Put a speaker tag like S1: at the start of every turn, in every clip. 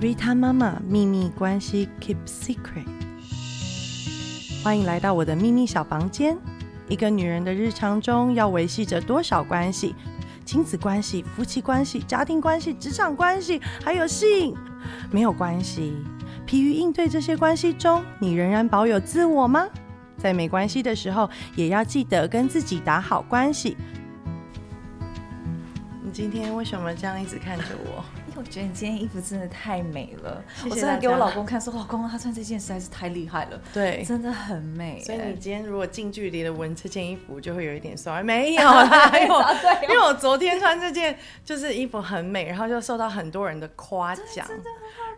S1: Rita 妈妈秘密关系 Keep Secret。欢迎来到我的秘密小房间。一个女人的日常中要维系着多少关系？亲子关系、夫妻关系、家庭关系、职场关系，还有性。没有关系，疲于应对这些关系中，你仍然保有自我吗？在没关系的时候，也要记得跟自己打好关系。你今天为什么这样一直看着我？
S2: 因哎为我觉得你今天衣服真的太美了，
S1: 谢谢
S2: 我真的给
S1: 大家
S2: 我老公看说，老公他穿这件实在是太厉害了，
S1: 对
S2: 真的很美、
S1: 所以
S2: 哎
S1: 你今天如果近距离的闻这件衣服，就会有一点酸。 没有 啦，因为我
S2: 对哦
S1: 因为我昨天穿这件就是衣服很美，然后就受到很多人的夸奖，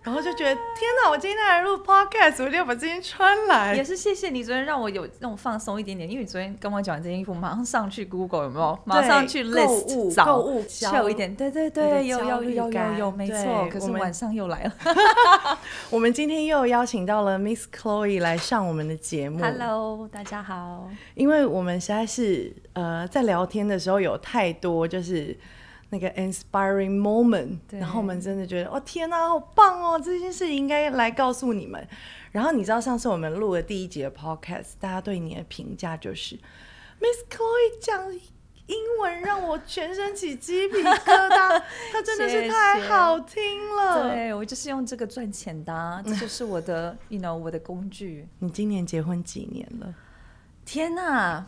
S1: 然后就觉得天哪，我今天来录 podcast，我一定要把这件穿
S2: 也
S1: 来。
S2: 是谢谢你昨天让我有那种放松一点点，因为你昨天跟我讲完这件衣服，马上上去 Google 有没有？马上去
S1: 购物
S2: list 找
S1: 购物焦
S2: 秀一点，对对
S1: 你的
S2: 对，有
S1: 焦
S2: 有
S1: 虑
S2: 有有
S1: 感
S2: 有，没
S1: 对
S2: 错。可
S1: 我
S2: 是
S1: 们
S2: 晚上又来了
S1: 我们今天又邀请到了 Miss Chloe 来上我们的节目。
S2: ，Hello，大家好。
S1: 因为我们实在是呃，在聊天的时候有太多就是那个 inspiring moment，
S2: 对
S1: 然后我们真的觉得哦天哪、好棒哦，这件事情应该来告诉你们。然后你知道上次我们录了第一集的 podcast，大家对你的评价就是 Miss Chloe 讲英文让我全身起鸡皮疙 瘩，她真的是
S2: 谢
S1: 太
S2: 谢
S1: 好听了。
S2: 对，我就是用这个赚钱的、啊， 这就是我的，you know，我的工具。
S1: 你今年结婚几年了？
S2: 天呐！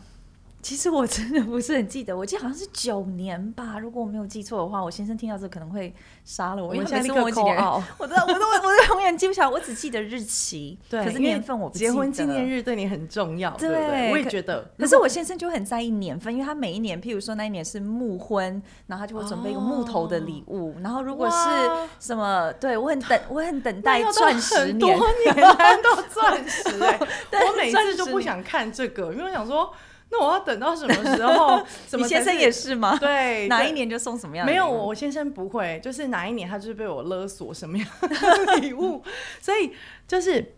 S2: 其实我真的不是很记得，我记得好像是九年吧，如果我没有记错的话，我先生听到这可能会杀了我，
S1: 我
S2: 因
S1: 们
S2: 为他每
S1: 现在
S2: 次
S1: 立
S2: 问
S1: 刻
S2: 我几年
S1: call out
S2: 我都我都我都永远记不起来，我只记得日期，
S1: 对，
S2: 可是
S1: 因为
S2: 年份我不记
S1: 结
S2: 得。
S1: 婚纪念。日对你很重要，对不对？
S2: 对
S1: 我也
S2: 可
S1: 觉得。
S2: 可是我先生就很在意年份，因为他每一年，譬如说那一年是木婚，然后他就会准备一个木头的礼物，然后如果
S1: 哇
S2: 是什么，对我很等，我很等待
S1: 那要到
S2: 钻石
S1: 很多
S2: 年，
S1: 年难到钻石哎、
S2: 对
S1: 我每次都不想看这个，因为我想说，那我要等到什么时 候？什
S2: 你
S1: 么才
S2: 先生也是吗？
S1: 对
S2: 哪
S1: 对
S2: 一年啊就送什么样的
S1: 没
S2: 礼物？
S1: 有，我我先生不会，就是哪一年他就是被我勒索什么 样的礼物，所以就是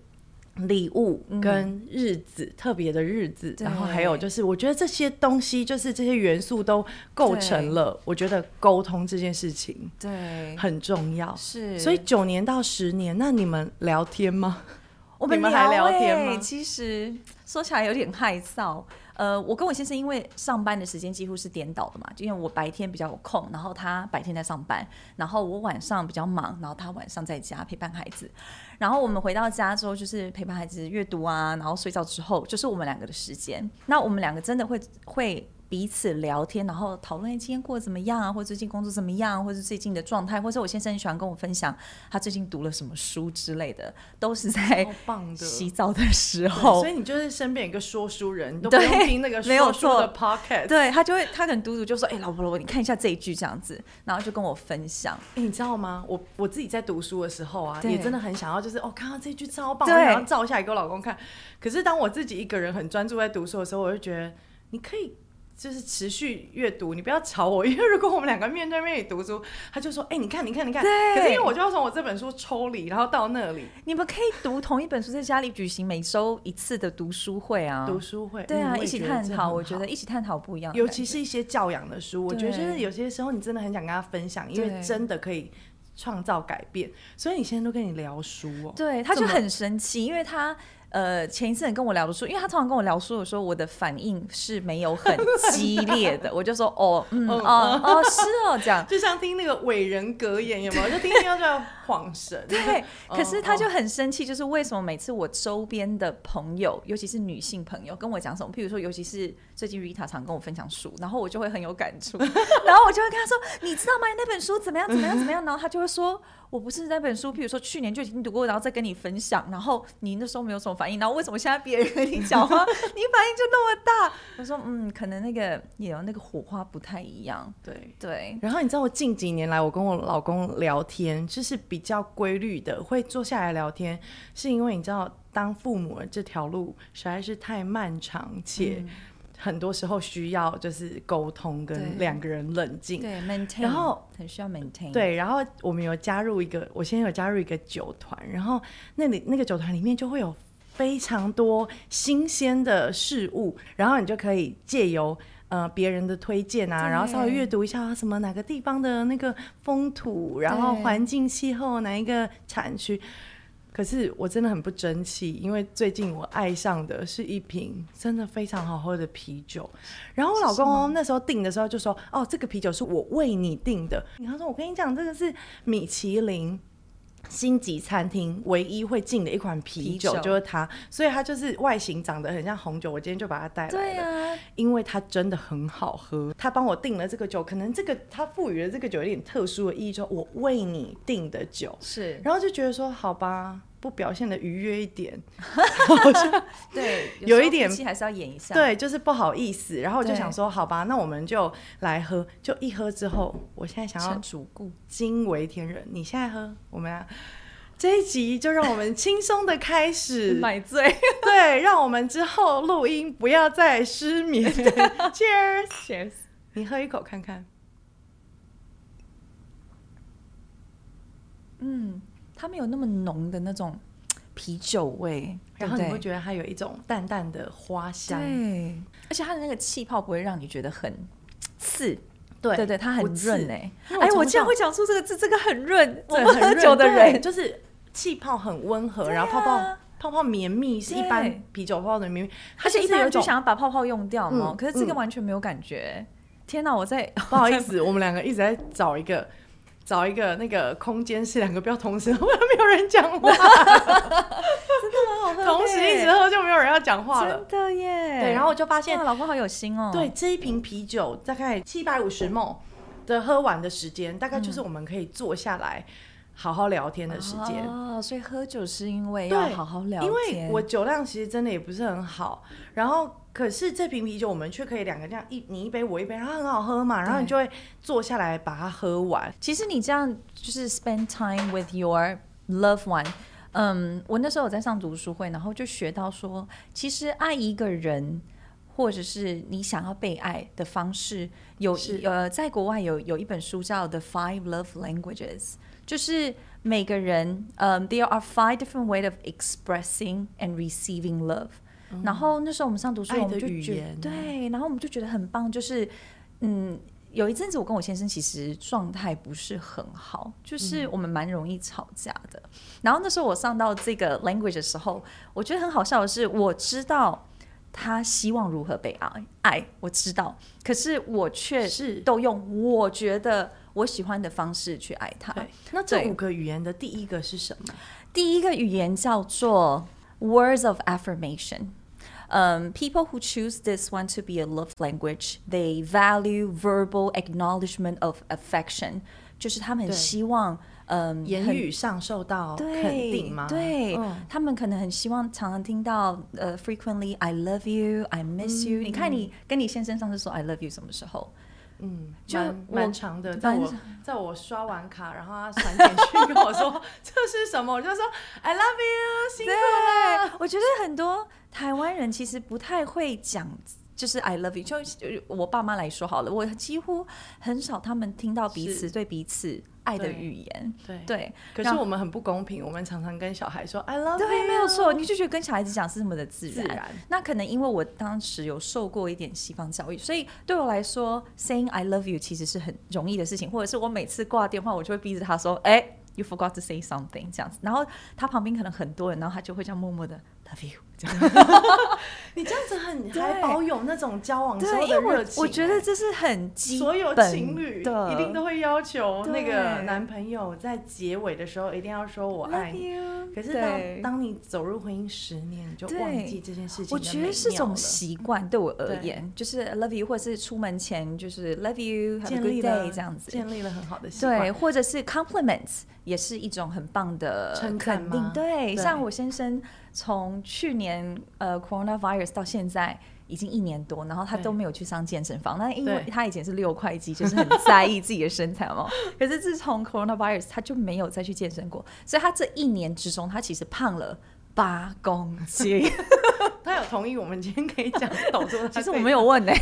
S1: 礼物跟日子、特别的日子，
S2: 嗯对
S1: 然后还有就是，我觉得这些东西就是这些元素都构成了，我觉得沟通这件事情
S2: 对，
S1: 很重要。
S2: 是，
S1: 所以九年到十年，那你们聊天吗？
S2: 我
S1: 你
S2: 们
S1: 们还聊
S2: 欸
S1: 天吗
S2: 其实说起来有点害臊。呃，我跟我先生因为上班的时间几乎是颠倒的嘛，就因为我白天比较有空，然后他白天在上班，然后我晚上比较忙，然后他晚上在家陪伴孩子。然后我们回到家之后，就是陪伴孩子阅读啊，然后睡觉之后，就是我们两个的时间。那我们两个真的会会彼此聊天，然后讨论哎今天过得怎么样啊，或者最近工作怎么样，啊或者最近的状态，或者我先生很喜欢跟我分享他最近读了什么书之类的，都是在
S1: 好棒的
S2: 哎洗澡的时
S1: 对
S2: 候
S1: 所以。你就是身边有一个说书人，你都不
S2: 对
S1: 用听那个
S2: 没有
S1: 说书的 podcast。
S2: 对他就会，他可能读读就说：“哎、老婆，老婆，你看一下这一句这样子。”然后就跟我分享。
S1: 诶哎你知道吗？我我自己在读书的时候啊，
S2: 对
S1: 也真的很想要，就是哦，看到这句超棒，我
S2: 对
S1: 想要照下来给我老公看。可是当我自己一个人很专注在读书的时候，我就觉得你可以。就是持续阅读，你不要吵我，因为如果我们两个面对面读书，他就说：“哎、你看，你看，你看。”
S2: 对
S1: 可是因为我就要从我这本书抽离，然后到那里
S2: 你们可以读同一本书，在家里举行每周一次的读书会啊，
S1: 读书会，
S2: 对
S1: 嗯
S2: 啊，
S1: 我也
S2: 一起
S1: 觉得
S2: 探
S1: 这
S2: 讨，
S1: 很
S2: 我觉
S1: 好
S2: 得一起探讨不一样的感
S1: 尤
S2: 觉，
S1: 其是一些教养的书，我觉得就是
S2: 对
S1: 有些时候你真的很想跟他分享，因为
S2: 对
S1: 真的可以创造改变。所以你现在都跟你聊书哦，
S2: 对，他
S1: 这
S2: 就
S1: 么
S2: 很神奇，因为他呃前一次很跟我聊的书，因为他通常跟我聊书的时候，我的反应是没有很激烈 的，我就说哦嗯
S1: 嗯
S2: 哦哦是哦这样。
S1: 就像听那个伟人格言，有没有？就听听到就要恍神。
S2: 对，
S1: 哦
S2: 可是他就
S1: 哦
S2: 很生气，就是为什么每次我周边的朋友，尤其是女性朋友，跟我讲什么，譬如说，尤其是最近 Rita 常跟我分享书，然后我就会很有感 触，然后我就会跟他说，你知道吗？那本书怎么样？怎么样？怎么样？然后他就会说。我不是那本书，譬如说去年就已经读过，然后再跟你分享，然后你那时候没有什么反应，然后为什么现在别人跟你讲话，你反应就那么大？我说嗯，可能那个也有那个火花不太一样，
S1: 对。
S2: 对，
S1: 然后你知道，我近几年来，我跟我老公聊天，就是比较规律的，会坐下来聊天，是因为你知道，当父母的这条路实在是太漫长，
S2: 嗯
S1: 且很多时候需要就是沟通跟
S2: 对
S1: 两个人冷静。
S2: 对，maintain，
S1: 然后
S2: 很需要 maintain，，
S1: 对，然后我们有加入一个，我现在有加入一个酒团，然后那里那个酒团里面就会有非常多新鲜的事物，然后你就可以借由。呃别人的推荐啊，
S2: 对
S1: 然后稍微阅读一下啊什么哪个地方的那个风土，然后
S2: 对
S1: 环境、气候，哪一个产区。可是我真的很不争气，因为最近我爱上的是一瓶真的非常好喝的啤酒，然后我老公哦那时候订的时候就说：“哦，这个啤酒是我为你订的。”他说：“我跟你讲，这个是米其林星级餐厅唯一会进的一款啤酒，
S2: 啤酒
S1: 就是它，所以它就是外形长得很像红酒。我今天就把它带来
S2: 对
S1: 了，
S2: 啊，
S1: 因为它真的很好喝。他帮我订了这个酒，可能这个他赋予了这个酒有点特殊的意义，就我为你订的酒。”
S2: 是，
S1: 然后就觉得说，好吧，不表现的愉悦一点，
S2: 对，
S1: 有
S2: 时
S1: 一
S2: 候
S1: 点
S2: 脾气还是要演一下。，
S1: 对，就是不好意思。然后我就
S2: 对
S1: 想说，好吧，那我们就来喝。就一喝之后，我现在想要
S2: 成主顾，
S1: 惊为天人。你现在喝，我们、啊、这一集就让我 们轻松的开始，
S2: 买醉
S1: 对，让我们之后录音不要再失 眠。对 Cheers，
S2: ，cheers。
S1: 你喝一口看看。
S2: 嗯，它没有那么浓的那种啤酒味，
S1: 然后你会
S2: 得
S1: 觉得它有一种淡淡的花香，
S2: 对，而且它的那个气泡不会让你觉得很刺。
S1: 对
S2: 对对，它很
S1: 不刺
S2: 润哎、
S1: 因为我
S2: 哎，
S1: 从
S2: 我竟然
S1: 小
S2: 会讲出这个字，这个很润。我
S1: 对
S2: 不
S1: 很
S2: 喝
S1: 润
S2: 酒的
S1: 对
S2: 人，
S1: 就是气泡很温和，
S2: 对
S1: 然后泡泡
S2: 啊
S1: 泡泡绵密，是一般
S2: 对
S1: 啤酒泡泡的绵密，它
S2: 而
S1: 是
S2: 且
S1: 一
S2: 一
S1: 般
S2: 般
S1: 有
S2: 人就
S1: 种
S2: 想要把泡泡用掉嘛，
S1: 嗯
S2: 可是这个
S1: 嗯
S2: 完全没有感觉。天哪，我在
S1: 不好意 思，我们两个一直在找一个找一个那个空间，是两个不要同时， 我没有人讲话，
S2: 好 喝
S1: 同时一直
S2: 耶
S1: 喝就没有人要讲话了
S2: 真。的耶。
S1: 对，然后我就发现
S2: 哇，老公好有心哦。
S1: 对，这一瓶啤酒大概七百五十 ml 的喝完的时间，大概就是
S2: 嗯
S1: 我们可以坐下来好好聊天的时间。
S2: 哦，所以喝酒是因为
S1: 对
S2: 要好好聊天，
S1: 因为我酒量其实真的也不是很好，然后可是这瓶啤酒我们却可以两个这样一你一杯我一杯，然后很好喝嘛，然后你就会坐下来把它喝完。
S2: 其实你这样就是 spend time with your loved one。嗯，我那时候有在上读书会，然后就学到说，其实爱一个人，或者是你想要被爱的方式，有
S1: 是
S2: 呃，在国外有有一本书叫《The Five Love Languages》，就是每个人，嗯，there are five different ways of expressing and receiving love、然后那时候我们上读书会，
S1: 嗯爱
S2: 我
S1: 的
S2: 们就
S1: 语
S2: 觉
S1: 言
S2: 对，然后我们就觉得很棒，就是嗯，有一阵子我跟我先生其实状态不是很好，
S1: 嗯
S2: 就是我们蛮容易吵架的。然后那时候我上到这个 language 的时候，我觉得很好笑的是，我知道他希望如何被爱，爱我知道，可是我却
S1: 是
S2: 都用我觉得我喜欢的方式去爱他。
S1: 对，那这
S2: 对
S1: 五个语言的第一个是什么？
S2: 第一个语言叫做 words of affirmation。Um, people who choose this one to be a love language, they value verbal acknowledgement of affection，就是他们
S1: 对
S2: 很希望，嗯，
S1: 言
S2: 很
S1: 语上受到
S2: 对
S1: 哦肯定吗？
S2: 对、
S1: 嗯
S2: 他们可能很希望常常听到呃，frequently I love you, I miss you、你看你跟你先生上次说 I love you 什么时候？
S1: 嗯，
S2: 就
S1: 蛮
S2: 我
S1: 蛮长的，
S2: 蛮
S1: 在我在我刷完卡，然后他传简讯跟我说 这是什么，我就说 I love you，辛苦了。
S2: 我觉得很多台湾人其实不太会讲，就是 I love you。就我爸妈来说好了，我几乎很少他们听到彼
S1: 是
S2: 此对彼此爱的
S1: 对
S2: 语言。
S1: 对
S2: 对，
S1: 可
S2: 然
S1: 是
S2: 后
S1: 我们很不公平，我们常常跟小孩说 I love you，
S2: 对，没有错，
S1: 啊
S2: 你就觉得跟小孩子讲是这么的自然。
S1: 自然
S2: 那可能因为我当时有受过一点西方教育，所以对我来说，saying I love you 其实是很容易的事情，或者是我每次挂电话，我就会逼着他说，哎、You forgot to say something，这样子，然后他旁边可能很多人，然后他就会这样默默的 love you，这样。
S1: 你这样子很
S2: 对
S1: 还保有那种交往时候的
S2: 对，因为
S1: 热
S2: 我
S1: 情欸。
S2: 我觉得这是很基
S1: 所有
S2: 本
S1: 情侣
S2: 的，
S1: 一定都会要求那个
S2: 对
S1: 男朋友在结尾的时候一定要说我爱
S2: love
S1: 你。
S2: you。
S1: 可是
S2: 对
S1: 当当你走入婚姻十年，你就
S2: 对
S1: 忘记这件事情
S2: 我
S1: 的
S2: 觉
S1: 美
S2: 得是
S1: 妙
S2: 种
S1: 了
S2: 习惯，对我而
S1: 对
S2: 言，就是 love you，或者是出门前就是 love you，have a
S1: 建
S2: good
S1: 立了
S2: day 这样子。
S1: 建立了很好的习惯。
S2: 对，或者是 compliments 也是一种很棒的
S1: 称赞
S2: 肯定
S1: 吗。对
S2: 对，像我先生从去年呃 coronavirus 到现在。已经一年多，然后他
S1: 对
S2: 都没有去上健身房。那因为
S1: 对
S2: 他以前是六块肌，就是很在意自己的身材 嘛。可是自从 coronavirus，他就没有再去健身过，所以他这一年之中，他其实胖了八公斤。
S1: 他有同意我们今天可以 讲抖出他。
S2: 其实我没，有 问呢、i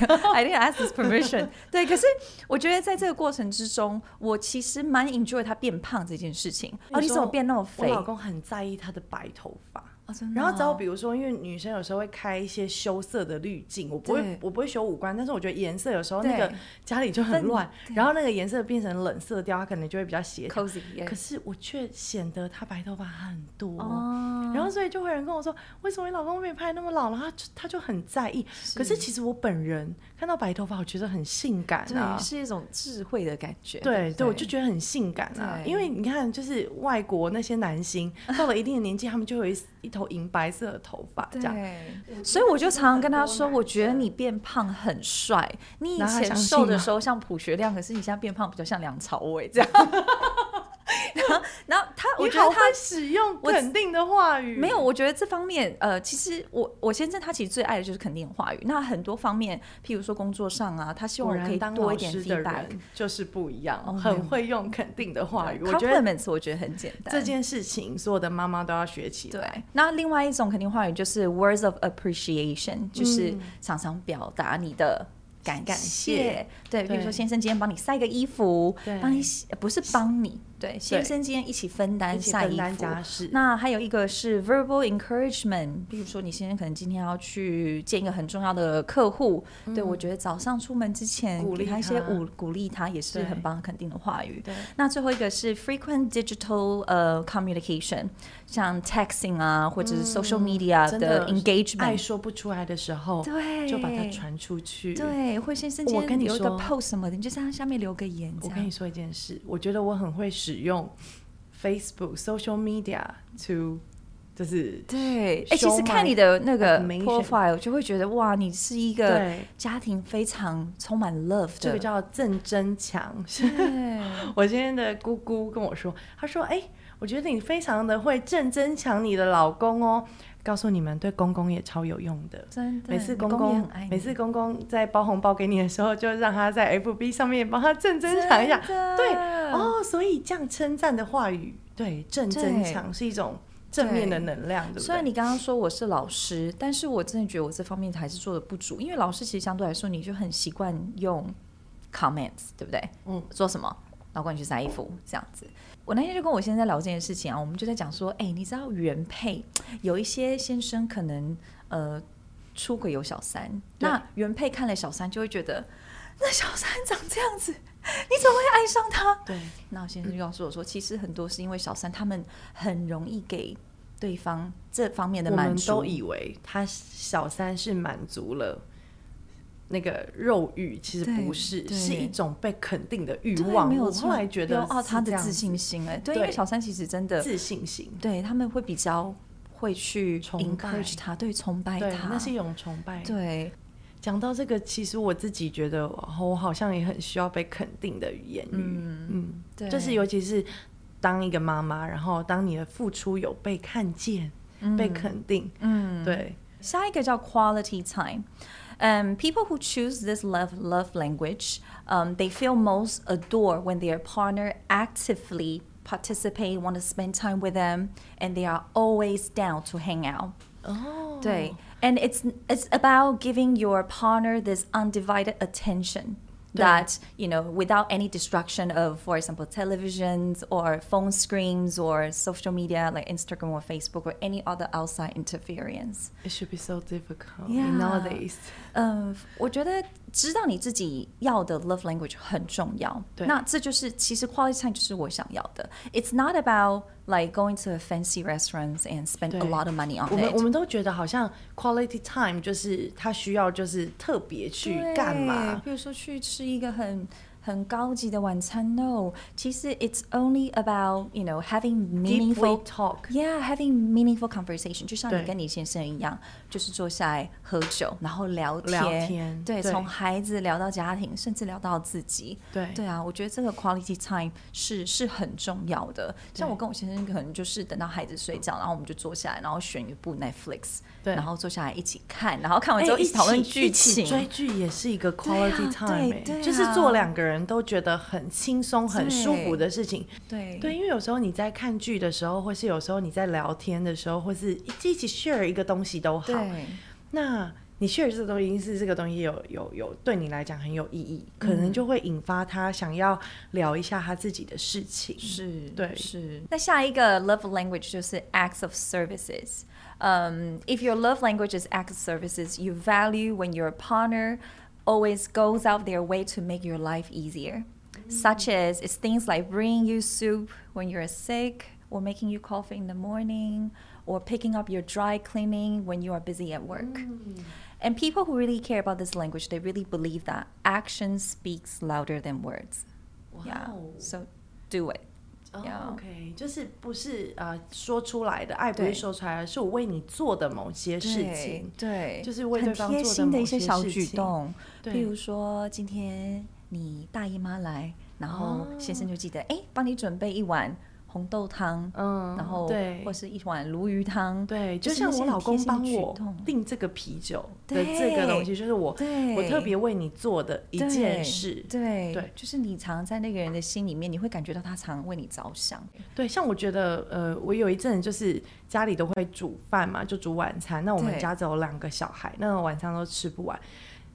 S2: 欸 didn't ask his permission。对，可是我觉得在这个过程之中，我其实蛮 enjoy 他变胖这件事情。哦，
S1: 你
S2: 你
S1: 说
S2: 怎么变那么
S1: 我
S2: 肥？
S1: 老公很在意他的白头发。
S2: 哦真的
S1: 然后只要
S2: 哦
S1: 比如说，因为女生有时候会开一些羞涩的滤镜，我不会
S2: 对
S1: 我不会修五官，但是我觉得颜色有时候那个
S2: 对
S1: 家里就很
S2: 但
S1: 乱，
S2: 对
S1: 然后那个颜色变成冷色调，它可能就会比较协调。
S2: cozy，yeah
S1: 可是我却显得她白头发很多。
S2: 哦，
S1: 然后，所以就会有人跟我说，为什么你老公被拍那么老了？他就他就很在意。可是其实我本人看到白头发，我觉得很性感啊
S2: 对，，是一种智慧的感觉。
S1: 对对，
S2: 对，
S1: 我就觉得很性感啊，
S2: 对
S1: 因为你看，就是外国那些男 星到了一定的年纪，他们就有一一头银白色的头发这样。
S2: 对，所以我就常常跟他说，我觉得你变胖很帅。你以
S1: 然后他
S2: 前
S1: 相信
S2: 瘦的
S1: 吗
S2: 时候像朴学亮，可是你现在变胖比较像梁朝伟这样。 然后，然后他，我
S1: 你
S2: 觉得
S1: 好
S2: 他
S1: 会使用
S2: 我
S1: 肯定的话语，
S2: 没有，我觉得这方面，呃，其实我我先生他其实最爱的就是肯定的话语。那很多方面，譬如说工作上啊，他希望
S1: 果
S2: 我可
S1: 然
S2: 以
S1: 当
S2: 多
S1: 老
S2: 一点
S1: 师的
S2: feedback。
S1: 人就是不一样，
S2: 哦没
S1: 很
S2: 有
S1: 会用肯定的话语。我觉得
S2: compliments 我觉得很简单。
S1: 这件事情所有的妈妈都要学起来。
S2: 对，那另外一种肯定话语就是 words of appreciation，就是常常表达你的。嗯感
S1: 感谢
S2: 谢，对，比如
S1: 对
S2: 说先生今天帮你晒个衣服
S1: 对，
S2: 帮你洗，呃不是帮你，对，先生今天一起分担
S1: 一起
S2: 晒
S1: 分
S2: 衣
S1: 担
S2: 服
S1: 家事。
S2: 那还有一个是 verbal encouragement，比如说你先生可能今天要去见一个很重要的客户，对我觉得早上出门之前
S1: 鼓励
S2: 给他一些
S1: 他
S2: 嗯鼓鼓励他，也是
S1: 对
S2: 很棒肯定的话语。
S1: 对
S2: 那最后一个是 frequent digital 呃 communication，像 texting 啊，或者是 social media
S1: 真
S2: 的
S1: 爱
S2: engagement，、
S1: 说不出来的时候，
S2: 对，
S1: 就把它。传出去。
S2: 对，或先生今
S1: 我跟
S2: 天
S1: 你
S2: 留一个
S1: 说
S2: post 什么的，你就在他下面留个言。
S1: 我
S2: 这
S1: 跟
S2: 样
S1: 你说一件事，我觉得我很会使用 Facebook social media to，就是
S2: 对，哎、其
S1: show
S2: 实
S1: my
S2: 看你的那个
S1: admiration
S2: profile 就会觉得哇，你是一个
S1: 对
S2: 家庭非常充满 love 的，
S1: 这个叫正增 强。
S2: 对，
S1: 我今天的姑姑跟我说，她说：“哎、我觉得你非常的会正增强你的老公哦。”告诉你们，对公公也超有用的。
S2: 真的，
S1: 每次
S2: 你公
S1: 公
S2: 也
S1: 公
S2: 很爱你，
S1: 每次公公在包红包给你的时候，就让他在 FB 上面帮他正增强一下。
S2: 真的
S1: 对，哦，所以这样称赞的话语，对正增强是一种正面的能量，对不对？
S2: 虽然你刚刚说我是老师，但是我真的觉得我这方面还是做的不足，因为老师其实相对来说你就很习惯用 comments，对不对？
S1: 嗯，
S2: 做什么？老公你去晒衣服这样子。我那天就跟我先生在聊这件事情啊，我们就在讲说，哎、你知道原配有一些先生可能呃出轨有小三，
S1: 对
S2: 那原配看了小三就会觉得， 那小三长这样子，你怎么会爱上他？
S1: 对
S2: 那我先生就告诉我说，其实很多是因为小三他们很容易给对方这方面的
S1: 我
S2: 满
S1: 们
S2: 足
S1: 都，以为他小三是满足了。那个肉欲其实
S2: 对
S1: 不是，
S2: 对
S1: 是一种被肯定的欲
S2: 对
S1: 望
S2: 没。有
S1: 我
S2: 错
S1: 后来觉得
S2: 有哦，
S1: 是
S2: 他
S1: 这
S2: 的
S1: 样
S2: 自
S1: 子
S2: 信心哎、对，
S1: 对
S2: 因为小三其实真的
S1: 自信心，
S2: 对他们会比较会去
S1: 崇拜
S2: encourage 他，对，崇拜
S1: 对，
S2: 他，
S1: 那是一种崇拜。
S2: 对
S1: 讲到这个，其实我自己觉得，哦我好像也很需要被肯定的言语。嗯
S2: 对
S1: 就是尤其是当一个妈妈，然后当你的付出有被看见、被肯定，嗯，对，
S2: 下一个叫 quality time。Um, people who choose this love love language, um, they feel most adored when their partner actively participate, want to spend time with them, and they are always down to hang out.
S1: 哦，
S2: 对，and it's it's about giving your partner this undivided attention that you know without any distraction of, for example, televisions or phone screens or social media like Instagram or Facebook or any other outside interference.
S1: It should be so difficult
S2: Yeah.
S1: nowadays.
S2: 嗯，我觉得知道你自己要的 love language 很重要。
S1: 对
S2: 那这就是其实 quality time 就是我想要的。It's not about like going to a fancy restaurants and spend
S1: 对
S2: a lot of money on
S1: 我们
S2: it。
S1: 我们都觉得好像 quality time 就是他需要就是特别去
S2: 对
S1: 干嘛？
S2: 比如说去吃一个很很高级的晚餐，no。其实 it's only about you know having
S1: Deep way
S2: meaningful
S1: talk，
S2: Yeah, having meaningful conversation，就像
S1: 对
S2: 你跟你先生一样，就是坐下来喝酒，然后聊天，
S1: 聊天
S2: 对，
S1: 对
S2: 从孩子聊到家庭，甚至聊到自己。
S1: 对
S2: 对啊，我觉得这个 quality time 是是很重要的。像我跟我先生可能就是等到孩子睡觉，然后我们就坐下来，然后选一部 Netflix，
S1: 对
S2: 然后坐下来一起看，然后看
S1: 哎
S2: 完之后
S1: 一
S2: 起讨论
S1: 起
S2: 剧
S1: 一起
S2: 情，
S1: 追剧也是一个
S2: 啊
S1: quality
S2: 对
S1: time，、哎，
S2: 对啊
S1: 就是做两个人都觉得很轻松、很舒服的事情。
S2: 对
S1: 对，因为有时候你在看剧的时候，或是有时候你在聊天的时候，或是一起一起 share 一个东西都好。
S2: 对
S1: 那你 share 这个东西是这个东西有有有对你来讲很有意义，可
S2: 嗯
S1: 能就会引发他想要聊一下他自己的事情。
S2: 是，
S1: 对
S2: 是。那下一个 love language 就是 acts of services。Um, if your love language is acts of services, you value when your partner always goes out their way to make your life easier, such as it's things like bringing you soup when you're sick, or making you coffee in the morning, or picking up your dry cleaning when you are busy at work.
S1: Mm.
S2: And people who really care about this language, they really believe that action speaks louder than words. Yeah.
S1: Wow.
S2: So do it.
S1: 哦
S2: Yeah.
S1: OK，就是不是呃说出来的爱不是
S2: 对
S1: 说出来的，是我为你做的某些事情。
S2: 对，
S1: 就是为对
S2: 很
S1: 方
S2: 贴
S1: 做的
S2: 心的
S1: 某
S2: 一些
S1: 些
S2: 小
S1: 事
S2: 举
S1: 情
S2: 动，
S1: 对
S2: 比如说今天你大姨妈来，然后
S1: 哦
S2: 先生就记得哎，诶帮你准备一碗红豆汤，
S1: 嗯，
S2: 然后
S1: 对
S2: 或是一碗鲈鱼汤，
S1: 对，就是像
S2: 那些
S1: 我
S2: 很
S1: 老
S2: 贴
S1: 公
S2: 心的
S1: 帮
S2: 举
S1: 我
S2: 动
S1: 订这个啤酒的这个东西，
S2: 对
S1: 就是我
S2: 对
S1: 我特别为你做的一件事。
S2: 对
S1: 对
S2: 就是你常在那个人的心里面，你会感觉到他常为你着想，
S1: 对，像我觉得，呃，我有一阵就是家里都会煮饭嘛，就煮晚餐。那我们
S2: 对
S1: 家只有两个小孩，那晚上都吃不完。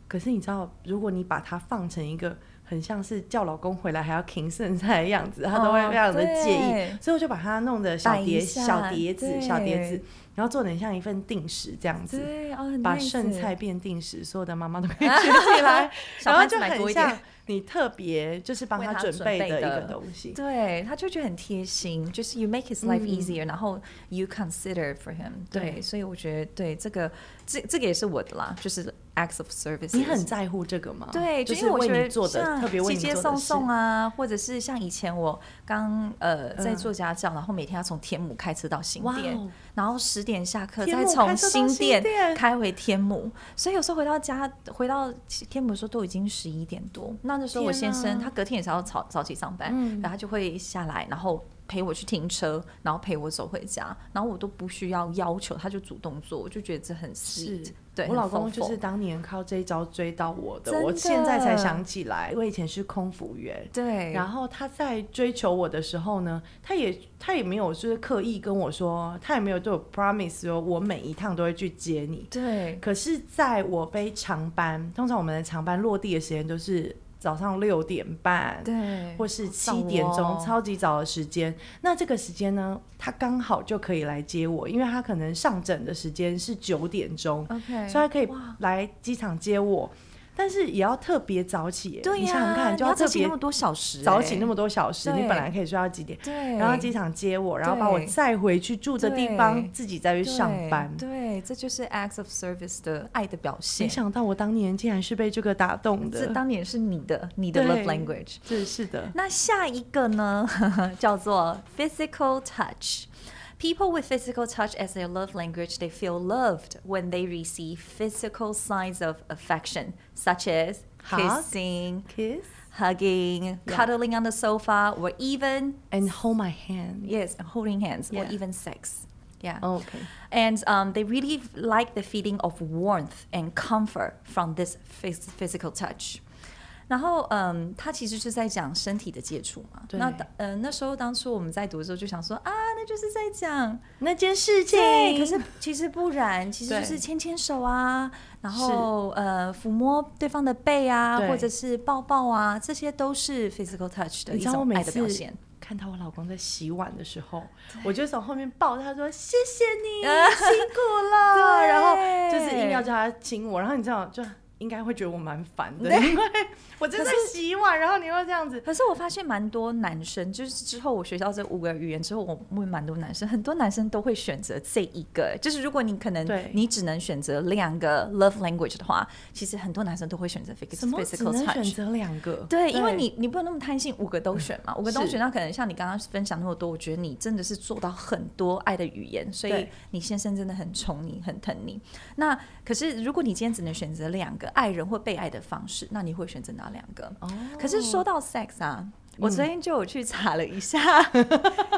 S1: 可是你知道，如果你把它放成一个很像是叫老公回来还要停剩菜的样子，他都会
S2: 哦
S1: 非常的介意。
S2: 对
S1: 所以我就把它弄的小
S2: 摆一
S1: 碟、
S2: 下
S1: 小碟子、小碟子
S2: 对，
S1: 然后做的像一份定时这样子。
S2: 对哦，很
S1: 把
S2: nice
S1: 剩菜变定时，所有的妈妈都可 以学起来，
S2: 小
S1: 然后
S2: 贩子
S1: 就
S2: 买多
S1: 很
S2: 一点
S1: 像你特别就是帮
S2: 为
S1: 他
S2: 他
S1: 准
S2: 准
S1: 备
S2: 备
S1: 的一个
S2: 的
S1: 东西。
S2: 对，他就觉得很贴心，就是 you make his life
S1: 嗯
S2: easier，、然后 you consider for him 对。
S1: 对
S2: 所以我觉得对这个这这个也是我的啦，就是 acts of service。
S1: 你很在乎这个吗？
S2: 对，
S1: 就
S2: 就是因为我
S1: 为
S2: 觉
S1: 你
S2: 得
S1: 做的
S2: 像
S1: 特别为
S2: 接
S1: 你做
S2: 接
S1: 的
S2: 送
S1: 事
S2: 送啊，或者是像以前我刚呃在
S1: 嗯
S2: 做家教，然后每天要从天母开车到新
S1: 哇
S2: 店
S1: 哦，
S2: 然后十点下课
S1: 天
S2: 再
S1: 母开
S2: 从
S1: 车到
S2: 新
S1: 新
S2: 店
S1: 店
S2: 开回天母，所以有时候回到家回到天母的时候都已经十一点多。那那时候我
S1: 天
S2: 先生
S1: 啊
S2: 他隔天也是要早早起上班，
S1: 嗯
S2: 然后他就会下来，然后。陪我去停车，然后陪我走回家，然后我都不需要要求，他就主动做，我就觉得这很 sweet
S1: 是。
S2: 对，
S1: 我
S2: 很
S1: 老公就
S2: thoughtful
S1: 是当年靠这一招追到我的，
S2: 真
S1: 我现在才
S2: 的
S1: 想起来，我以前是空服员。
S2: 对，
S1: 然后他在追求我的时候呢，他也他也没有就是刻意跟我说，他也没有对我 promise 说我每一趟都会去接你。
S2: 对，
S1: 可是在我飞长班，通常我们的长班落地的时间都是早上六点半，
S2: 对，
S1: 或是七
S2: 早
S1: 点钟，
S2: 哦
S1: 超级早的时间。那这个时间呢，他刚好就可以来接我，因为他可能上诊的时间是九点钟所
S2: OK，
S1: 以他可以
S2: 哦哇
S1: 来机场接我。但是也要特别早起耶，
S2: 对
S1: 你
S2: 呀、
S1: 想想看，就
S2: 你要
S1: 特
S2: 早起
S1: 别
S2: 那么多小时、哎
S1: 早起那么
S2: 多，
S1: 多小时，
S2: 对
S1: 你本来可以睡到几点，
S2: 对，
S1: 然后机场接我，然后把我
S2: 对
S1: 载回去住的地
S2: 对
S1: 方，自己再去
S2: 对
S1: 上班。
S2: 对，这就是 acts of service 的爱的表
S1: 没
S2: 现。
S1: 想到我当年竟然是被这个打动的
S2: 这，当年是你的，你的
S1: 对
S2: love language。
S1: 是是的，
S2: 那下一个呢， 叫做 physical touch。People with physical touch as their love language, they feel loved when they receive physical signs of affection, such as
S1: Hug?
S2: kissing,
S1: kiss
S2: hugging,
S1: Yeah.
S2: cuddling on the sofa, or even
S1: and hold my hand.
S2: Yes, and holding hands or
S1: Yeah. Oh,
S2: even sex. Yeah.
S1: OK，
S2: And um, they really like the feeling of warmth and comfort from this phys- physical touch. 然后，嗯，他其实是在讲身体的接触嘛。
S1: 对
S2: 那当，呃，那时候当初我们在读的时候就想说啊，那就是在讲
S1: 那件事情
S2: 对，可是其实不然，其实就
S1: 对
S2: 是牵牵手啊，然后呃抚摸对方的背啊，
S1: 对
S2: 或者是抱抱啊，这些都是 physical touch 的
S1: 你
S2: 一
S1: 知道我
S2: 种
S1: 每
S2: 爱的
S1: 次
S2: 表现。
S1: 看到我老公在洗碗的时候，我就从后面抱他说：“谢谢 你，
S2: 哎
S1: 辛苦了。”
S2: 啊对
S1: 然后就是硬要叫他亲我，然后你知道就。应该会觉得我蛮烦的，因为 我正在洗碗，然后你又这样子，
S2: 可是我发现蛮多男生，就是之后我学到这五个语言之后，我问蛮多男生，很多男生都会选择这一个。就是如果你可能
S1: 对
S2: 你只能选择两个 love language 的话，其实很多男生都会选择 physical
S1: 什么只
S2: physical
S1: 能选
S2: touch。
S1: 择两个？
S2: 对，因为你你不能那么贪心，五个都选嘛，五个
S1: 嗯
S2: 都
S1: 是
S2: 选，那可能像你刚刚分享那么多，我觉得你真的是做到很多爱的语言，所以
S1: 对
S2: 你先生真的很宠你，很疼你。那可是如果你今天只能选择两个爱人或被爱的方式，那你会选择哪两个？
S1: 哦，嗯
S2: 可是说到 sex 啊，我昨天就有去查了一下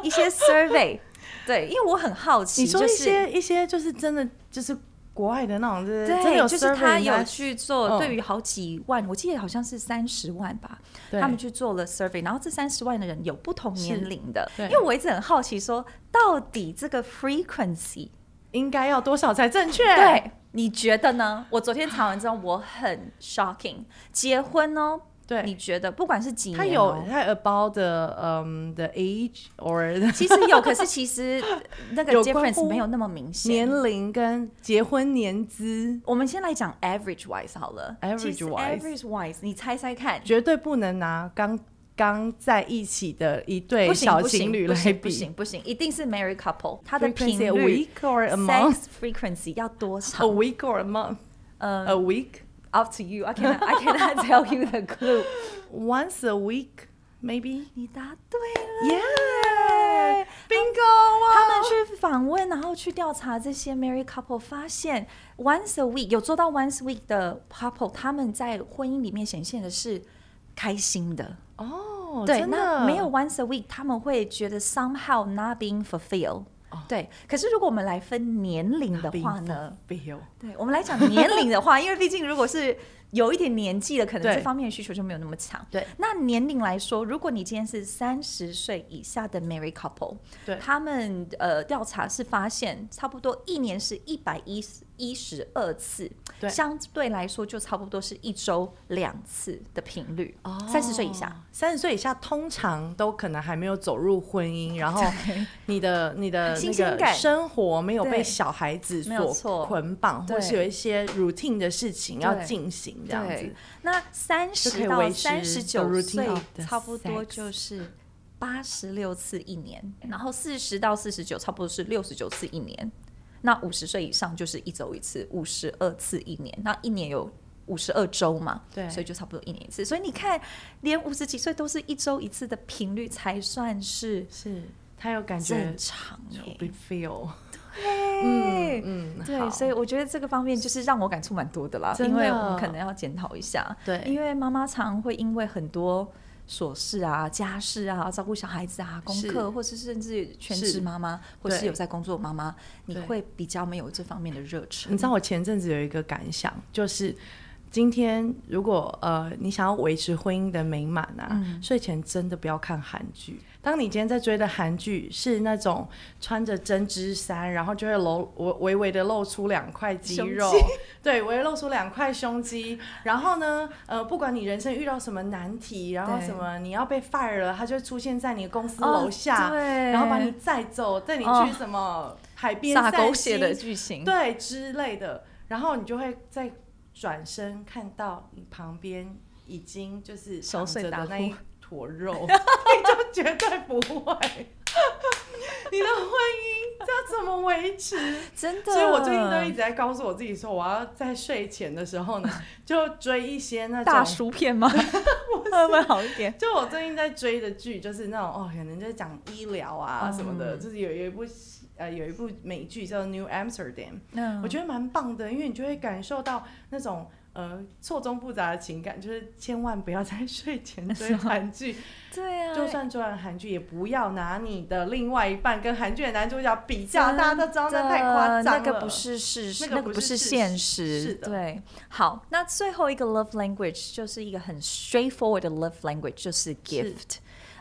S2: 一 些 survey，对，因为我很好奇，
S1: 你说
S2: 就
S1: 一
S2: 是
S1: 些一些就是真的就是国外的那种，就是真的
S2: 对，
S1: 有
S2: 就是他
S1: survey 吗
S2: 有去做，
S1: 嗯
S2: 对于好几万，我记得好像是三十万吧，
S1: 对
S2: 他们去做了 survey，然后这三十万的人有不同年龄的，
S1: 对
S2: 因为我一直很好奇说，到底这个 frequency
S1: 应该要多少才正确？
S2: 对。你觉得呢？我昨天查完之后，我很 shocking。结婚哦，
S1: 对
S2: 你觉得不管是几年、哦，
S1: 他有他 about the um the age or the
S2: 其实有，可是其实那个
S1: 有关乎
S2: difference 没有那么明显。
S1: 年龄跟结婚年资，
S2: 我们先来讲 average wise 好了
S1: Average
S2: 其实
S1: wise
S2: average wise，你猜猜看，
S1: 绝对不能拿刚刚在一起的一对
S2: 不行
S1: 小
S2: 不行
S1: 情侣
S2: 不
S1: 来
S2: 行不
S1: 比。
S2: 行不行，一定是 married couple，它的
S1: Frequency
S2: 频
S1: a
S2: 率
S1: week or a month,
S2: sex frequency 要多
S1: a
S2: 少？
S1: week or a month,
S2: 嗯、
S1: a week,
S2: up to you，I can I cannot tell you the clue。
S1: once a week, maybe.
S2: 你答对了。
S1: Yeah, bingo！哇
S2: 他们去访问，然后去调查这些 married couple，发现 once a week 有做到 once a week 的 couple，他们在婚姻里面显现的是开心的。
S1: 哦，
S2: 对，
S1: 真的
S2: 那没有 once a week，他们会觉得 somehow not being fulfilled、对，可是如果我们来分年龄的话呢？
S1: bingo，
S2: 对，我们来讲年龄的话，因为毕竟如果是有一点年纪的，可能
S1: 对
S2: 这方面的需求就没有那么强。
S1: 对，
S2: 那年龄来说，如果你今天是三十岁以下的 married couple，
S1: 对
S2: 他们呃调查是发现，差不多一年是一百一十一十二次，
S1: 对
S2: 相对来说就差不多是一周两次的频率。
S1: 哦
S2: 三十岁以下，
S1: 三十岁以下通常都可能还没有走入婚姻，然后你的你的
S2: 新
S1: 那
S2: 鲜
S1: 个
S2: 感
S1: 生活没有
S2: 对
S1: 被小孩子
S2: 没有
S1: 所
S2: 错
S1: 捆绑，
S2: 对
S1: 或是有一些 routine 的事情要
S2: 对
S1: 进行这样
S2: 对
S1: 子。
S2: 那三
S1: 就可以
S2: 十到
S1: 维持
S2: 三十
S1: the
S2: 九
S1: routine
S2: 岁
S1: of the，
S2: 差不
S1: sex
S2: 多就是八十六次一年，然后四十到四十九，差不多是六十九次一年。那五十岁以上就是一周一次，五十二次一年，那一年有五十二周嘛，
S1: 对
S2: 所以就差不多一年一次。所以你看，连五十几岁都是一周一次的频率，才算是
S1: 是他有感觉
S2: 正常欸耶、
S1: be feel，
S2: 嗯
S1: 嗯，
S2: 对，
S1: 好
S2: 所以我觉得这个方面就是让我感触蛮多的啦，
S1: 真的
S2: 因为我们可能要检讨一下。
S1: 对
S2: 因为妈妈常会因为很多琐事啊、家事啊、照顾小孩子啊、功
S1: 是
S2: 课，或是甚至全
S1: 是
S2: 职妈妈，或是
S1: 对
S2: 有在工作的妈妈，你
S1: 对
S2: 会比较没有这方面的热忱。
S1: 你知道我前阵子有一个感想，就是今天如果呃你想要维持婚姻的美满啊，
S2: 嗯
S1: 睡前真的不要看韩剧。当你今天在追的韩剧是那种穿着针织衫，然后就会露微微微的露出两块肌肉
S2: 胸，
S1: 对，微微露出两块胸肌。然后呢，呃，不管你人生遇到什么难题，然后
S2: 对
S1: 什么你要被 fire 了，他就会出现在你的公司
S2: 哦
S1: 楼下，
S2: 对
S1: 然后把你载走，带你
S2: 哦
S1: 去什么海边
S2: 撒
S1: 散
S2: 狗血的
S1: 心
S2: 剧情，
S1: 对之类的，然后你就会再转身看到你旁边已经就是
S2: 熟睡
S1: 躺着
S2: 打
S1: 的
S2: 呼
S1: 那一坨 肉，你就绝对不会， 你的婚姻要怎么维持？
S2: 真的。
S1: 所以我最近都一直在告诉我自己说，我要在睡前的时 候呢，就追一些那
S2: 大
S1: 种。
S2: 叔 片吗？会不会好一点？
S1: 就我最近在追的剧，就是那种哦，可能就是讲医疗啊什么的，
S2: 嗯
S1: 就是有有一部呃有一部美剧叫《New Amsterdam》，
S2: 嗯
S1: 我觉得蛮棒的，因为你就会感受到那种呃错综复杂的情感，就是千万不要在睡前追韩 剧，
S2: 对啊，
S1: 就算追完韩剧，也不要拿你的另外一半跟韩剧的男主角比较，大家都知道那太夸张了。
S2: 那个不是事实，
S1: 那个
S2: 那个不
S1: 不是
S2: 是
S1: 事实
S2: 现实
S1: 是。的
S2: 对，好，那最后一个 love language 就是一个很 straightforward 的 love language，就是 gift。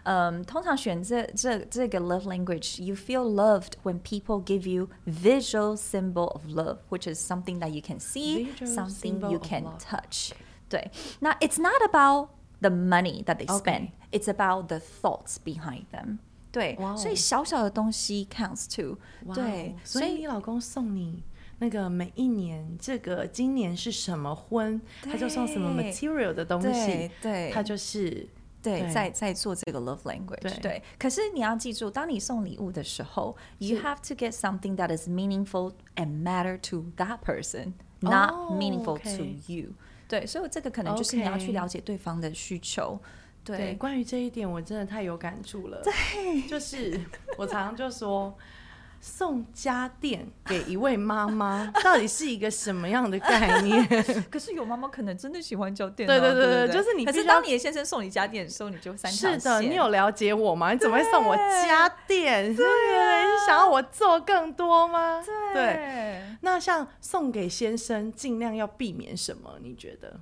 S2: 嗯，通常选这这这个 love language，you feel loved when people give you visual symbol of love，which is something that you can
S1: Visual
S2: see，something
S1: symbol
S2: you
S1: of
S2: can
S1: love.
S2: touch。对，那 it's not about the money that they spend.
S1: Okay.
S2: It's about the thoughts behind them. 对
S1: 哇哦
S2: 所以小小的东西 counts too.
S1: 哇哦
S2: 对，
S1: 所以你老公送你。那个每一年，这个今年是什么婚，他就送什么
S2: 对
S1: material 的东西
S2: 对，对
S1: 他就是
S2: 对，
S1: 对
S2: 在在做这个 love language
S1: 对
S2: 可是你要记住，当你送礼物的时候，you have to get something that is meaningful and matter to that person, not
S1: 哦
S2: meaningful
S1: ，OK
S2: to you、对，所以这个可能就是你要
S1: OK
S2: 去了解对方的需求。
S1: 对，
S2: 对，
S1: 关于这一点我真的太有感触了。对，就是我常常就说，送家电给一位妈妈，到底是一个什么样的概念？
S2: 可是有妈妈可能真的喜欢家电、
S1: 对
S2: 啊，
S1: 对
S2: 对
S1: 对
S2: 不
S1: 对就是你
S2: 可
S1: 必
S2: 是
S1: 须要
S2: 当你的先生送你家电的时候，你就 三条
S1: 是的，
S2: 线
S1: 你有了解我吗？你怎么会送我家电？对， 你想要我做更多吗？对。
S2: 啊对。
S1: 那像送给先生，尽量要避免什么？你觉得？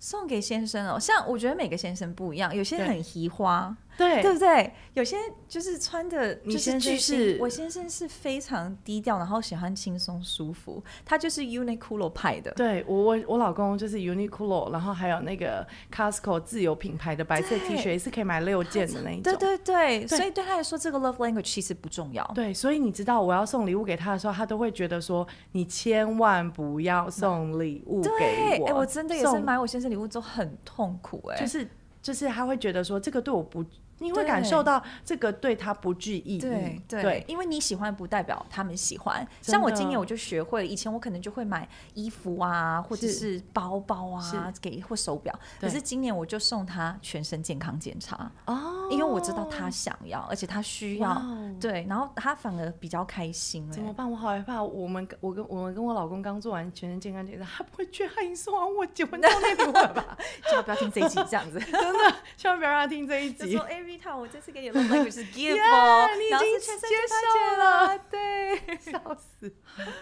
S2: 送给先生哦，像我觉得每个先生不一样，有些人
S1: 对
S2: 很移花，
S1: 对
S2: 对不对？有些就是穿的，
S1: 你
S2: 就是
S1: 先生
S2: 巨
S1: 是
S2: 星。我先生是非常低调，然后喜欢轻松舒服，他就是 Uniqlo 派的。
S1: 对我我我老公就是 Uniqlo，然后还有那个 Costco 自由品牌的白色 T
S2: 对
S1: 恤，也是可以买六件的那一种。
S2: 对对对，
S1: 对
S2: 所以对他来说，这个 love language 其实不重要。
S1: 对，所以你知道我要送礼物给他的时候，他都会觉得说你千万不要送礼物给
S2: 对，
S1: 我。
S2: 哎，我真的也是
S1: 送
S2: 买我先生礼物都很痛苦哎、
S1: 就是就是他会觉得说这个对我不，你会
S2: 对
S1: 感受到这个对他不具意义。
S2: 对嗯对
S1: 对
S2: 因为你喜欢不代表他们喜欢。
S1: 真
S2: 像我
S1: 的
S2: 今年我就学会了，以前我可能就会买衣服啊，或者
S1: 是
S2: 是包包啊
S1: 是，
S2: 给或手表。可
S1: 对
S2: 是今年我就送他全身健康检查，
S1: 哦
S2: 因为我知道他想要，而且他需
S1: 哇
S2: 要。
S1: 哦
S2: 对，然后他反而比较开心、
S1: 怎么
S2: 哎，
S1: 办？我好害怕。我们我跟我们跟我老公刚做完全身健康检查，他不会觉得他已经送完我结婚照那礼物了吧？
S2: 叫他不要听这一集这 样子。
S1: 真的，千万不要让他听这一
S2: 就
S1: 集
S2: 说。哎 Rita，我这次给你的 language 是 give 哦
S1: Yeah，你已
S2: 然后
S1: 经
S2: 是全身
S1: 接
S2: 健康
S1: 受
S2: 检查，对。
S1: 笑死！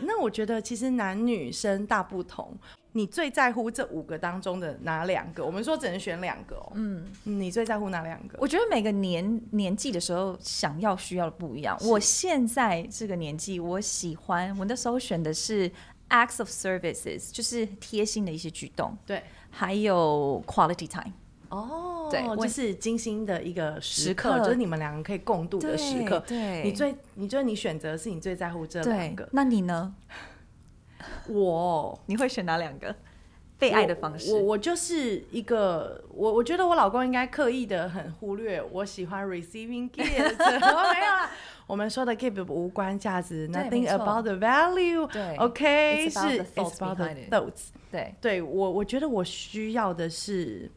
S1: 那我觉得其实男女生大不同，你最在乎这五个当中的哪两个？我们说只能选两个哦。嗯，你最在乎哪两个？
S2: 我觉得每个年年纪的时候，想要需要的不一样。我现在这个年纪，我喜欢我那时候选的是 acts of services，就是贴心的一些举动，
S1: 对，
S2: 还有 quality time。
S1: 哦，
S2: 对我
S1: 就是精心的一个时
S2: 时
S1: 刻，
S2: 刻
S1: 就是你们两个可以共度的时刻。
S2: 对，
S1: 你最，你觉得你选择是你最在乎这两
S2: 对
S1: 个，？
S2: 那你呢？
S1: 我哦
S2: 你会选哪两个？被爱的方式
S1: 我我我就是一个，我我觉得我老公应该刻意的很忽略我喜欢 receiving gifts，我没有啦。我们说的 gift 无关价值
S2: 对
S1: ，nothing
S2: 没错
S1: about the value
S2: 对
S1: OK，
S2: It's about
S1: 是
S2: the thoughts
S1: it's about the
S2: behind it
S1: thoughts。
S2: 对
S1: 对我，我觉得我需要的是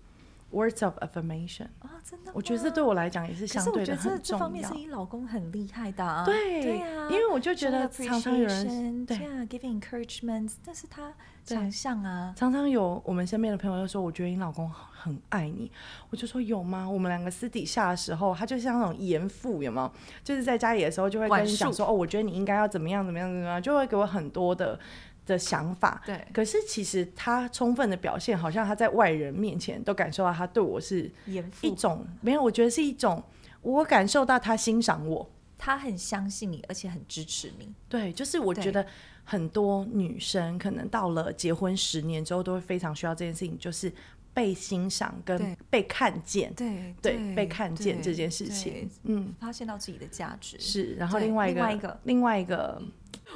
S1: words of affirmation。
S2: 啊、真的吗？
S1: 我觉得这对我来讲也是
S2: 可
S1: 相
S2: 是我
S1: 对
S2: 觉
S1: 的
S2: 得这
S1: 很
S2: 这方
S1: 重
S2: 面
S1: 要
S2: 是。你老公很厉害的啊。
S1: 对
S2: 对啊，
S1: 因为我就觉得
S2: Showing
S1: 常常有人
S2: appreciation，
S1: 对
S2: 这样 giving encouragement，但是他
S1: 对
S2: 长相啊，
S1: 常常有我们身边的朋友就说，我觉得你老公很爱你，我就说有吗？我们两个私底下的时候，他就像那种严父，有没有？就是在家里的时候就会跟
S2: 管
S1: 你讲
S2: 束
S1: 说，哦，我觉得你应该要怎么样怎么样怎么样，就会给我很多的的想法。
S2: 对
S1: 可是其实他充分的表现，好像他在外人面前都感受到他对我是
S2: 严
S1: 一
S2: 父，
S1: 种没有，我觉得是一种我感受到他欣赏我。
S2: 他很相信你，而且很支持你。
S1: 对，就是我觉
S2: 对
S1: 得很多女生可能到了结婚十年之后，都会非常需要这件事情，就是被欣赏跟
S2: 对
S1: 被看见。
S2: 对
S1: 对被看见这件事情，，嗯，
S2: 发现到自己的价值。
S1: 是。然后
S2: 对
S1: 另外一
S2: 另
S1: 个，
S2: 外一个
S1: 另外一个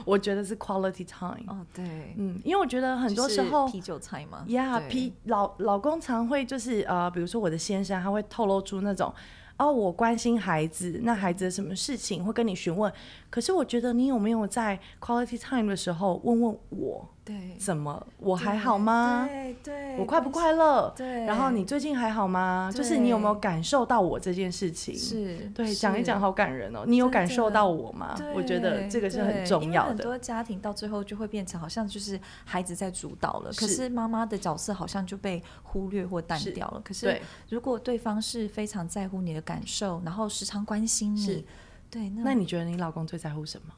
S1: 我觉得是 quality time。
S2: 哦，对，
S1: 嗯，因为我觉得很多时候
S2: 就是啤酒菜嘛
S1: 呀，
S2: 对
S1: 皮老老公常会就是呃，比如说我的先生，他会透露出那种。哦，我关心孩子，那孩子的什么事情会跟你询问。可是我觉得你有没有在 quality time 的时候问问我
S2: 对，
S1: 怎么，我还好吗？
S2: 对对，
S1: 我快不快乐？
S2: 对
S1: 然后你最近还好吗？就是你有没有
S2: 对
S1: 感受到我这件事情？
S2: 是
S1: 对，讲一
S2: 是
S1: 讲好感人哦。你有
S2: 真
S1: 感受
S2: 的
S1: 到我吗？我觉得
S2: 对
S1: 这个是
S2: 对
S1: 很重
S2: 因为
S1: 要
S2: 很
S1: 的。
S2: 多家庭到最后就会变成好像就是孩子在主导了，可
S1: 是
S2: 是妈妈的角色好像就被忽略或淡
S1: 是
S2: 掉了。可是
S1: 对
S2: 如果对方是非常在乎你的感受，然后时常关心
S1: 是
S2: 你，对，那
S1: 那你觉得你老公最在乎什么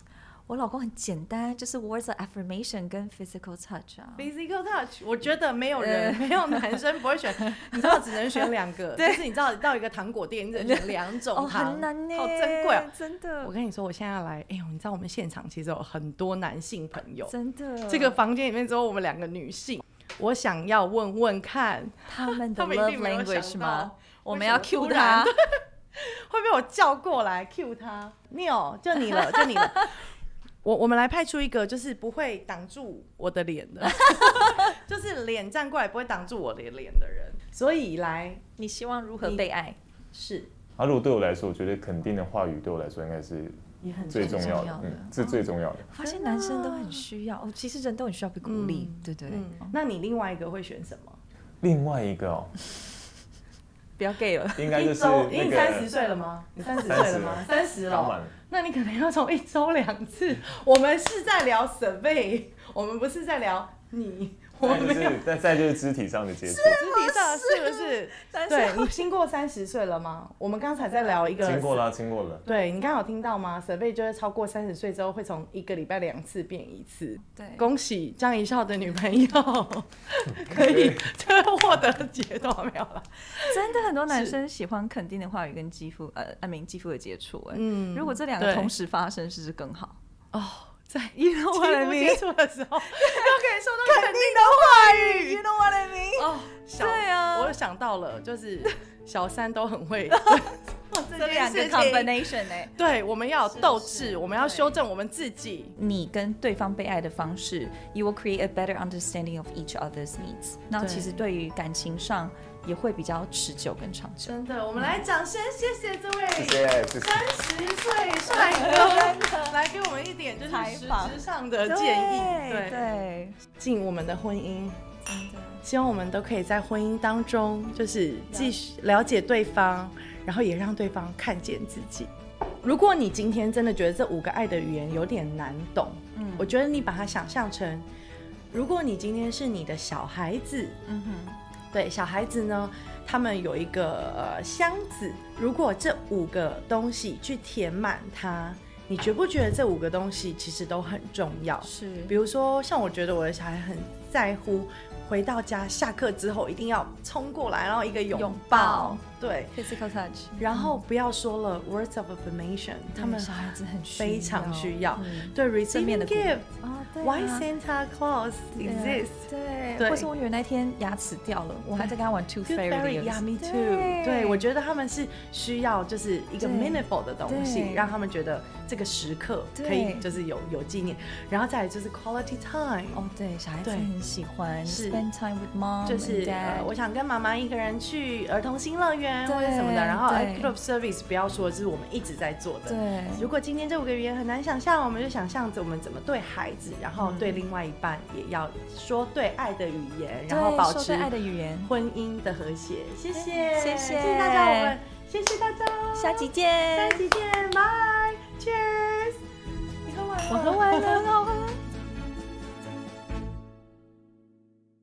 S2: 我老公很简单，就是 words of affirmation 跟 physical touch 啊。
S1: ？Physical touch，我觉得没有人，
S2: 呃
S1: 没有男生不会选， 你知道只能选两个，就是你知道到一个糖果店，你只能选两种
S2: 哦，
S1: 糖，
S2: 很难呢，
S1: 好珍贵哦。
S2: 真
S1: 我
S2: 的，
S1: 跟你说，我现在要来，哎呦，你知道我们现场其实有很多男性朋友，
S2: 真的，
S1: 这个房间里面只有我们两个女性。我想要问问看，
S2: 他 们的
S1: 他们一
S2: love
S1: 定没有
S2: language
S1: 想
S2: 吗
S1: 到？
S2: 我
S1: 为
S2: 们
S1: 什
S2: 要
S1: 么突
S2: cue
S1: 然
S2: 他，
S1: 会被我叫过来 cue 他。Neil，就你了，就你 了。我我们来派出一个就是不会挡住我的脸的， 就是脸站过来不会挡住我的脸的人。所以来
S2: 你希望如何
S1: 你
S2: 被爱？
S1: 是
S3: 啊，如果对我来说，我觉得肯定的话语对我来说应该是
S1: 也很
S3: 最重要
S2: 很重要的
S3: 的，嗯，是最重要的。
S2: 发现男生都很需要，哦，其实人都很需要被鼓励，对对哦
S1: 嗯，那你另外一个会选什么？
S3: 另外一个哦，
S2: 不要 gay 了，
S3: 应该就是
S1: 一周
S3: 那
S1: 你
S3: 个
S1: 三十岁了吗？你三十岁了吗？三十
S3: 当
S1: 了
S3: 然。，
S1: 那你可能要从一周两次。我们是在聊 survey，我们不是在聊你，我
S3: 再就
S1: 没有
S3: 是，但再就是肢体上的接触，
S1: 肢体上是不是？
S2: 但是
S1: 对你经过三十岁了吗？我们刚才在聊一个，
S3: 经过了啊，经过了。
S1: 对你刚好听到吗？舍贝就是超过三十岁之后会从一个礼拜两次变一次。
S2: 对
S1: 恭喜张一笑的女朋 友可以就获得解脱没有了。
S2: 真的很多男生喜欢肯定的话语跟肌肤，呃，阿明肌肤的接触、哎，
S1: 嗯
S2: 如果这两个
S1: 对
S2: 同时发生，是不是更好？
S1: 哦， 在
S2: 一 o u
S1: 肌
S2: know what I
S1: 肤
S2: mean？
S1: 接触的时 候
S2: 都可以受 到肯定的话语，you know what I mean？
S1: 哦，小
S2: 对啊
S1: 我想到了， 就是小三都很会。
S2: 哦这两个 combination 哎呢、
S1: 对，我们要有斗
S2: 是
S1: 志，
S2: 是
S1: 我们要
S2: 对
S1: 修正我们自己。
S2: 你跟对方被爱的方式，you will create a better understanding of each other's needs。那
S1: 对
S2: 其实对于感情上也会比较持久跟长久。
S1: 真的，我们来掌声，谢谢这位
S3: 谢谢，谢谢。
S1: 十 岁帅哥来给我们一点就是
S2: 采
S1: 实
S2: 访
S1: 质上的建议，
S2: 对对，
S1: 进我们的婚姻，
S2: 真的
S1: 希望我们都可以在婚姻当中，就是继续了解对方，然后也让对方看见自己。如果你今天真的觉得这五个爱的语言有点难懂，嗯，我觉得你把它想象成，如果你今天是你的小孩子，
S2: 嗯哼，
S1: 对，小孩子呢，他们有一个、呃、箱子，如果这五个东西去填满它，你觉不觉得这五个东西其实都很重要？
S2: 是
S1: 比如说，像我觉得我的小孩很在乎，回到家下课之后一定要冲过来，然后一个拥
S2: 拥
S1: 抱
S2: 抱，
S1: 对，
S2: physical touch。
S1: 然后不要说了 words of affirmation，他们
S2: 小孩子很需要
S1: 非常需要，
S2: 嗯
S1: 对
S2: 正
S1: receiving
S2: 面的鼓励
S1: gift。
S2: 哦，对啊
S1: Why Santa Claus exists？
S2: 对，
S1: 对
S2: 或是我女儿那天牙齿掉了，我还在跟她玩 Tooth
S1: Tooth
S2: Fairy 的
S1: Fairy
S2: 游
S1: y u m
S2: 戏
S1: me too。对，我觉得他们是需要就是一个
S2: 对
S1: meaningful 的东西，
S2: 对
S1: 让他们觉得这个时刻
S2: 对
S1: 可以就是有有纪念，然后再来就是 quality time。
S2: 哦，对，小孩子
S1: 对
S2: 很喜欢
S1: 是
S2: spend time with mom，
S1: 就是、
S2: and
S1: 呃
S2: dad
S1: 我想跟妈妈一个人去儿童新乐园
S2: 对
S1: 或者什么的，然后
S2: 对
S1: act of service 不要说，就是我们一直在做的。
S2: 对，
S1: 如果今天这五个语言很难想象，我们就想象着我们怎么对孩子，然后对
S2: 嗯
S1: 另外一半也要说对爱的语言，然后
S2: 对
S1: 保
S2: 说
S1: 持
S2: 对爱的语言。嗯
S1: 婚姻的和谐。谢谢，
S2: 谢谢
S1: 谢谢大家，我们谢谢大家，
S2: 下集见
S1: 下，集见，拜，Cheers！你喝完了，
S2: 我喝完了，很好喝。